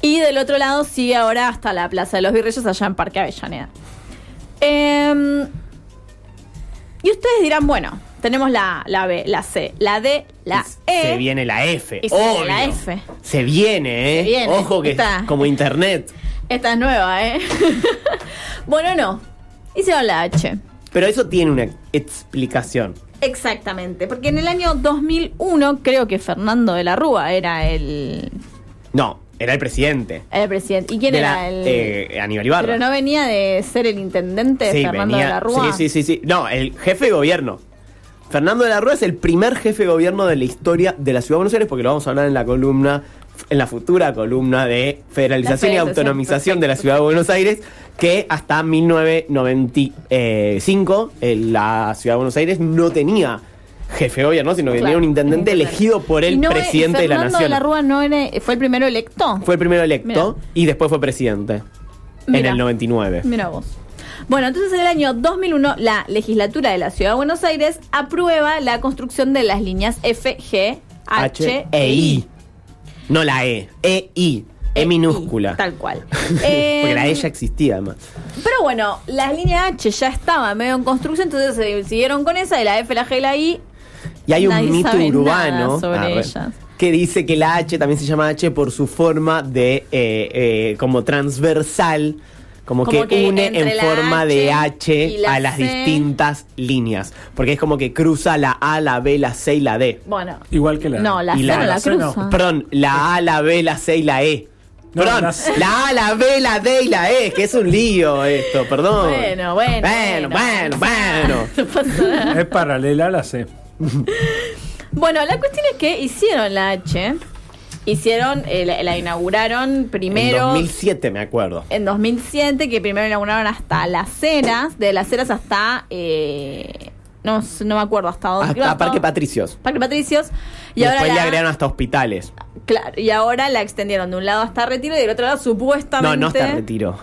Speaker 2: Y del otro lado sigue ahora hasta la Plaza de los Virreyes, allá en Parque Avellaneda. Em, y ustedes dirán, bueno, tenemos la, la B, la C, la D, la E.
Speaker 3: Se viene la F.
Speaker 2: Y se viene la
Speaker 3: obvio.
Speaker 2: F.
Speaker 3: Se viene, ¿eh?
Speaker 2: Se viene.
Speaker 3: Ojo que
Speaker 2: Está.
Speaker 3: como internet.
Speaker 2: Esta es nueva, ¿eh? bueno, no. Hicieron la H.
Speaker 3: Pero eso tiene una explicación.
Speaker 2: Exactamente, porque en el año 2001 creo que Fernando de la Rúa era el,
Speaker 3: No, era el presidente.
Speaker 2: el presidente. ¿Y quién
Speaker 3: De
Speaker 2: era
Speaker 3: la-
Speaker 2: el...?
Speaker 3: eh, Aníbal Ibarra.
Speaker 2: Pero no venía de ser el intendente
Speaker 3: Sí,
Speaker 2: Fernando
Speaker 3: venía-
Speaker 2: de la Rúa.
Speaker 3: Sí, sí, sí, sí. No, el jefe de gobierno. Fernando de la Rúa es el primer jefe de gobierno de la historia de la Ciudad de Buenos Aires, porque lo vamos a hablar en la columna, en la futura columna de Federalización y
Speaker 2: La federalización,
Speaker 3: Autonomización de la
Speaker 2: perfecto.
Speaker 3: Ciudad de Buenos Aires, que hasta 1995 eh, la Ciudad de Buenos Aires no tenía jefe de gobierno, sino que
Speaker 2: Claro,
Speaker 3: tenía un intendente
Speaker 2: intendente.
Speaker 3: elegido por el
Speaker 2: Y no es-
Speaker 3: presidente de la
Speaker 2: Fernando
Speaker 3: Nación.
Speaker 2: de la Rúa no era- fue el primero electo.
Speaker 3: Fue el primero electo
Speaker 2: Mira.
Speaker 3: y después fue presidente. En
Speaker 2: Mira.
Speaker 3: el 99.
Speaker 2: Mira vos. Bueno, entonces en el año 2001 la legislatura de la Ciudad de Buenos Aires aprueba la construcción de las líneas F, G, H e I.
Speaker 3: No la E. E, I. E,
Speaker 2: I,
Speaker 3: minúscula.
Speaker 2: Tal cual.
Speaker 3: Porque la E
Speaker 2: Em,
Speaker 3: ya existía, además.
Speaker 2: Pero bueno, las líneas H ya estaban medio en construcción, entonces se siguieron con esa, de la F, la G y la I.
Speaker 3: Y hay un
Speaker 2: Nadie
Speaker 3: mito
Speaker 2: sabe
Speaker 3: urbano
Speaker 2: nada sobre
Speaker 3: ah, re-
Speaker 2: ellas.
Speaker 3: que dice que la H también se llama H por su forma de eh, eh, como transversal, como,
Speaker 2: Como
Speaker 3: que,
Speaker 2: que
Speaker 3: une
Speaker 2: entre
Speaker 3: en
Speaker 2: la
Speaker 3: forma de
Speaker 2: H y
Speaker 3: H
Speaker 2: la
Speaker 3: a las
Speaker 2: C.
Speaker 3: distintas líneas, porque es como que cruza la A, la B, la C y la D.
Speaker 2: Bueno.
Speaker 4: Igual que la-
Speaker 2: No, la
Speaker 3: y
Speaker 2: C
Speaker 3: la-
Speaker 2: no la
Speaker 4: la C no.
Speaker 2: cruza.
Speaker 3: Perdón, la A, la B, la C y la E.
Speaker 4: No,
Speaker 3: Perdón,
Speaker 4: la C.
Speaker 3: la A, la B, la D y la E, que es un lío esto, perdón.
Speaker 2: Bueno, bueno.
Speaker 3: Bueno, bueno, bueno.
Speaker 2: No pasa nada.
Speaker 4: Es paralela a la C.
Speaker 2: Bueno, la cuestión es que hicieron la H Hicieron, eh, la, la inauguraron primero.
Speaker 3: En 2007, me acuerdo.
Speaker 2: en 2007, que primero inauguraron hasta las ceras, de las ceras hasta. eh, no, sé, no me acuerdo hasta dónde. creo
Speaker 3: Hasta Parque Patricios.
Speaker 2: Parque Patricios. Oh, Y
Speaker 3: Después
Speaker 2: ahora
Speaker 3: le
Speaker 2: la,
Speaker 3: agregaron hasta hospitales.
Speaker 2: claro, y ahora la extendieron de un lado hasta Retiro y del otro lado
Speaker 3: No,
Speaker 2: supuestamente.
Speaker 3: no hasta retiro.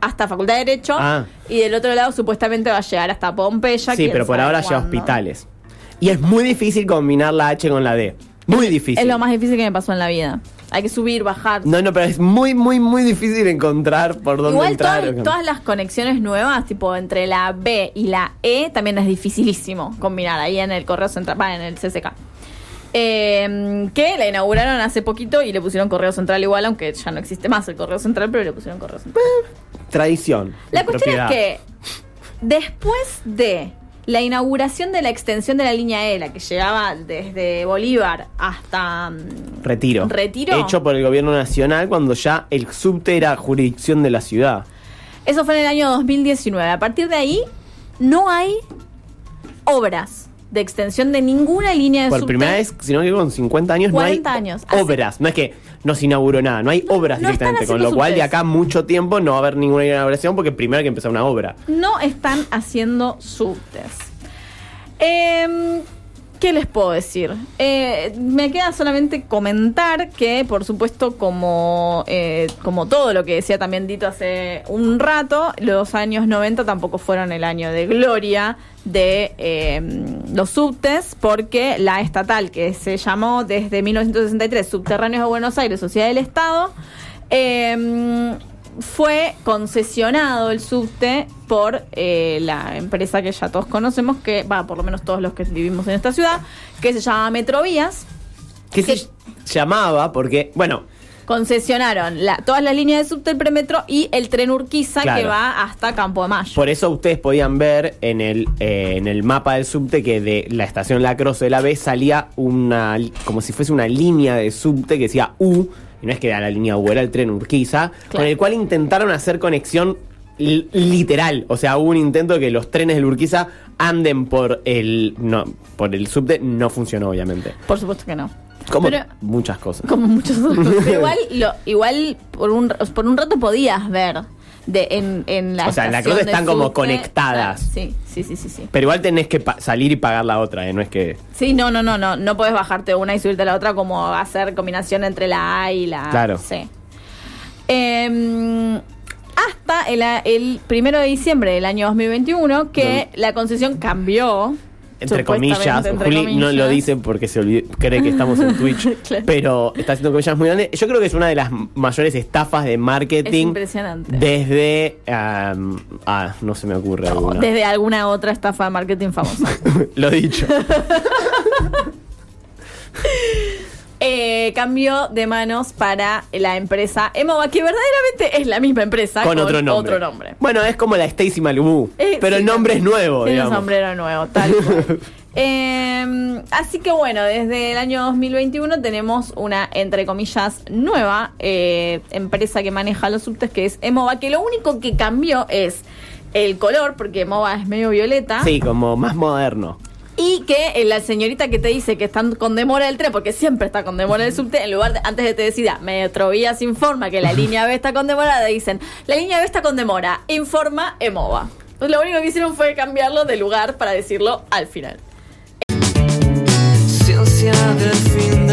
Speaker 2: Hasta Facultad de Derecho.
Speaker 3: Ah.
Speaker 2: Y del otro lado supuestamente va a llegar hasta Pompeya.
Speaker 3: Sí,
Speaker 2: quién
Speaker 3: pero por
Speaker 2: sabe
Speaker 3: ahora ya
Speaker 2: cuándo.
Speaker 3: hospitales. Y es muy difícil combinar la H con la D. Muy difícil.
Speaker 2: Es lo más difícil que me pasó en la vida. Hay que subir, bajar.
Speaker 3: No, no, pero es muy, muy, muy difícil encontrar por dónde
Speaker 2: Igual
Speaker 3: entrar.
Speaker 2: todas, todas las conexiones nuevas, tipo entre la B y la E, también es dificilísimo combinar ahí en el correo central, va, en el CCK. Eh, que la inauguraron hace poquito y le pusieron correo central igual, aunque ya no existe más el correo central, pero le pusieron correo central.
Speaker 3: Tradición.
Speaker 2: La cuestión
Speaker 3: propiedad.
Speaker 2: es que después de la inauguración de la extensión de la línea E, la que llegaba desde Bolívar hasta... mm,
Speaker 3: Retiro.
Speaker 2: Retiro.
Speaker 3: Hecho por el gobierno nacional cuando ya el subte era jurisdicción de la ciudad.
Speaker 2: Eso fue en el año 2019. A partir de ahí, no hay obras de extensión de ninguna línea de
Speaker 3: por
Speaker 2: subte.
Speaker 3: primera vez, si no que con 50 años, no
Speaker 2: 40
Speaker 3: hay
Speaker 2: años. Así-
Speaker 3: obras. No es que no se inauguró nada, no hay obras
Speaker 2: no están
Speaker 3: directamente. Con lo
Speaker 2: haciendo
Speaker 3: cual, de
Speaker 2: subtes.
Speaker 3: acá mucho tiempo no va a haber ninguna inauguración porque primero hay que empezar una obra.
Speaker 2: No están haciendo subtes. Em, ¿Qué les puedo decir? Eh, me queda solamente comentar que, por supuesto, como, eh, como todo lo que decía también Dito hace un rato, los años 90 tampoco fueron el año de gloria de eh, los subtes, porque la estatal, que se llamó desde 1963 Subterráneos de Buenos Aires, Sociedad del Estado, eh, fue concesionado el subte por eh, la empresa que ya todos conocemos, que va, por lo menos todos los que vivimos en esta ciudad, que se llama Metrovías.
Speaker 3: Que se
Speaker 2: Sí.
Speaker 3: ll- llamaba porque, bueno,
Speaker 2: Concesionaron la- todas las líneas de subte, el premetro y el tren Urquiza que
Speaker 3: Claro.
Speaker 2: va hasta Campo de Mayo.
Speaker 3: por eso ustedes podían ver en el, eh, en el mapa del subte que de la estación La Croce de la B salía una, li- como si fuese una línea de subte que decía U, y no es que era la línea U, era el tren Urquiza, con el cual intentaron hacer conexión li- literal, o sea, hubo un intento de que los trenes del Urquiza anden por el no, por el subte, no funcionó obviamente.
Speaker 2: Por supuesto que no.
Speaker 3: Como
Speaker 2: Pero-
Speaker 3: muchas cosas.
Speaker 2: Como muchos otros. Pero igual, lo- igual por, un, por un rato podías ver de, en, en la
Speaker 3: O sea, en la
Speaker 2: estación
Speaker 3: cruz
Speaker 2: de
Speaker 3: están como
Speaker 2: subte.
Speaker 3: conectadas.
Speaker 2: Sí, sí, sí, sí, sí.
Speaker 3: Pero igual tenés que pa- salir y pagar la otra, eh, no es que
Speaker 2: Sí, no, no, no, no. No puedes bajarte una y subirte a la otra como hacer combinación entre la A y la
Speaker 3: Claro.
Speaker 2: C. Em, hasta el, a- el primero de diciembre del año 2021 que la concesión cambió.
Speaker 3: entre
Speaker 2: supuestamente,
Speaker 3: comillas,
Speaker 2: entre
Speaker 3: Juli no
Speaker 2: comillas.
Speaker 3: lo dice porque se olvidó- cree que estamos en Twitch,
Speaker 2: Claro.
Speaker 3: pero está haciendo comillas muy grandes. Yo creo que es una de las mayores estafas de
Speaker 2: Es
Speaker 3: marketing
Speaker 2: impresionante.
Speaker 3: desde am, ah, no se me ocurre alguna.
Speaker 2: Desde alguna otra estafa de marketing famosa.
Speaker 3: lo dicho.
Speaker 2: Eh, cambió de manos para la empresa Emova, que verdaderamente es la misma empresa
Speaker 3: con otro nombre.
Speaker 2: nombre.
Speaker 3: Bueno, es como la Stacy Malibu,
Speaker 2: Eh,
Speaker 3: pero
Speaker 2: sí,
Speaker 3: el nombre es
Speaker 2: también.
Speaker 3: nuevo,
Speaker 2: Tiene un
Speaker 3: digamos.
Speaker 2: sombrero nuevo, tal. cual. Eh, así que bueno, desde el año 2021 tenemos una, entre comillas, nueva eh, empresa que maneja los subtes, que es Emova, que lo único que cambió es el color, porque Emova es medio violeta.
Speaker 3: Sí, como más moderno.
Speaker 2: Y que eh, la señorita que te dice que están con demora del tren, porque siempre está con demora el subte, en lugar de, antes de te decir, ah, Metrovías informa que la línea B está con demora, te dicen, la línea B está con demora, informa EMOVA. Lo único que hicieron fue cambiarlo de lugar para decirlo al final.
Speaker 5: Ciencia del fin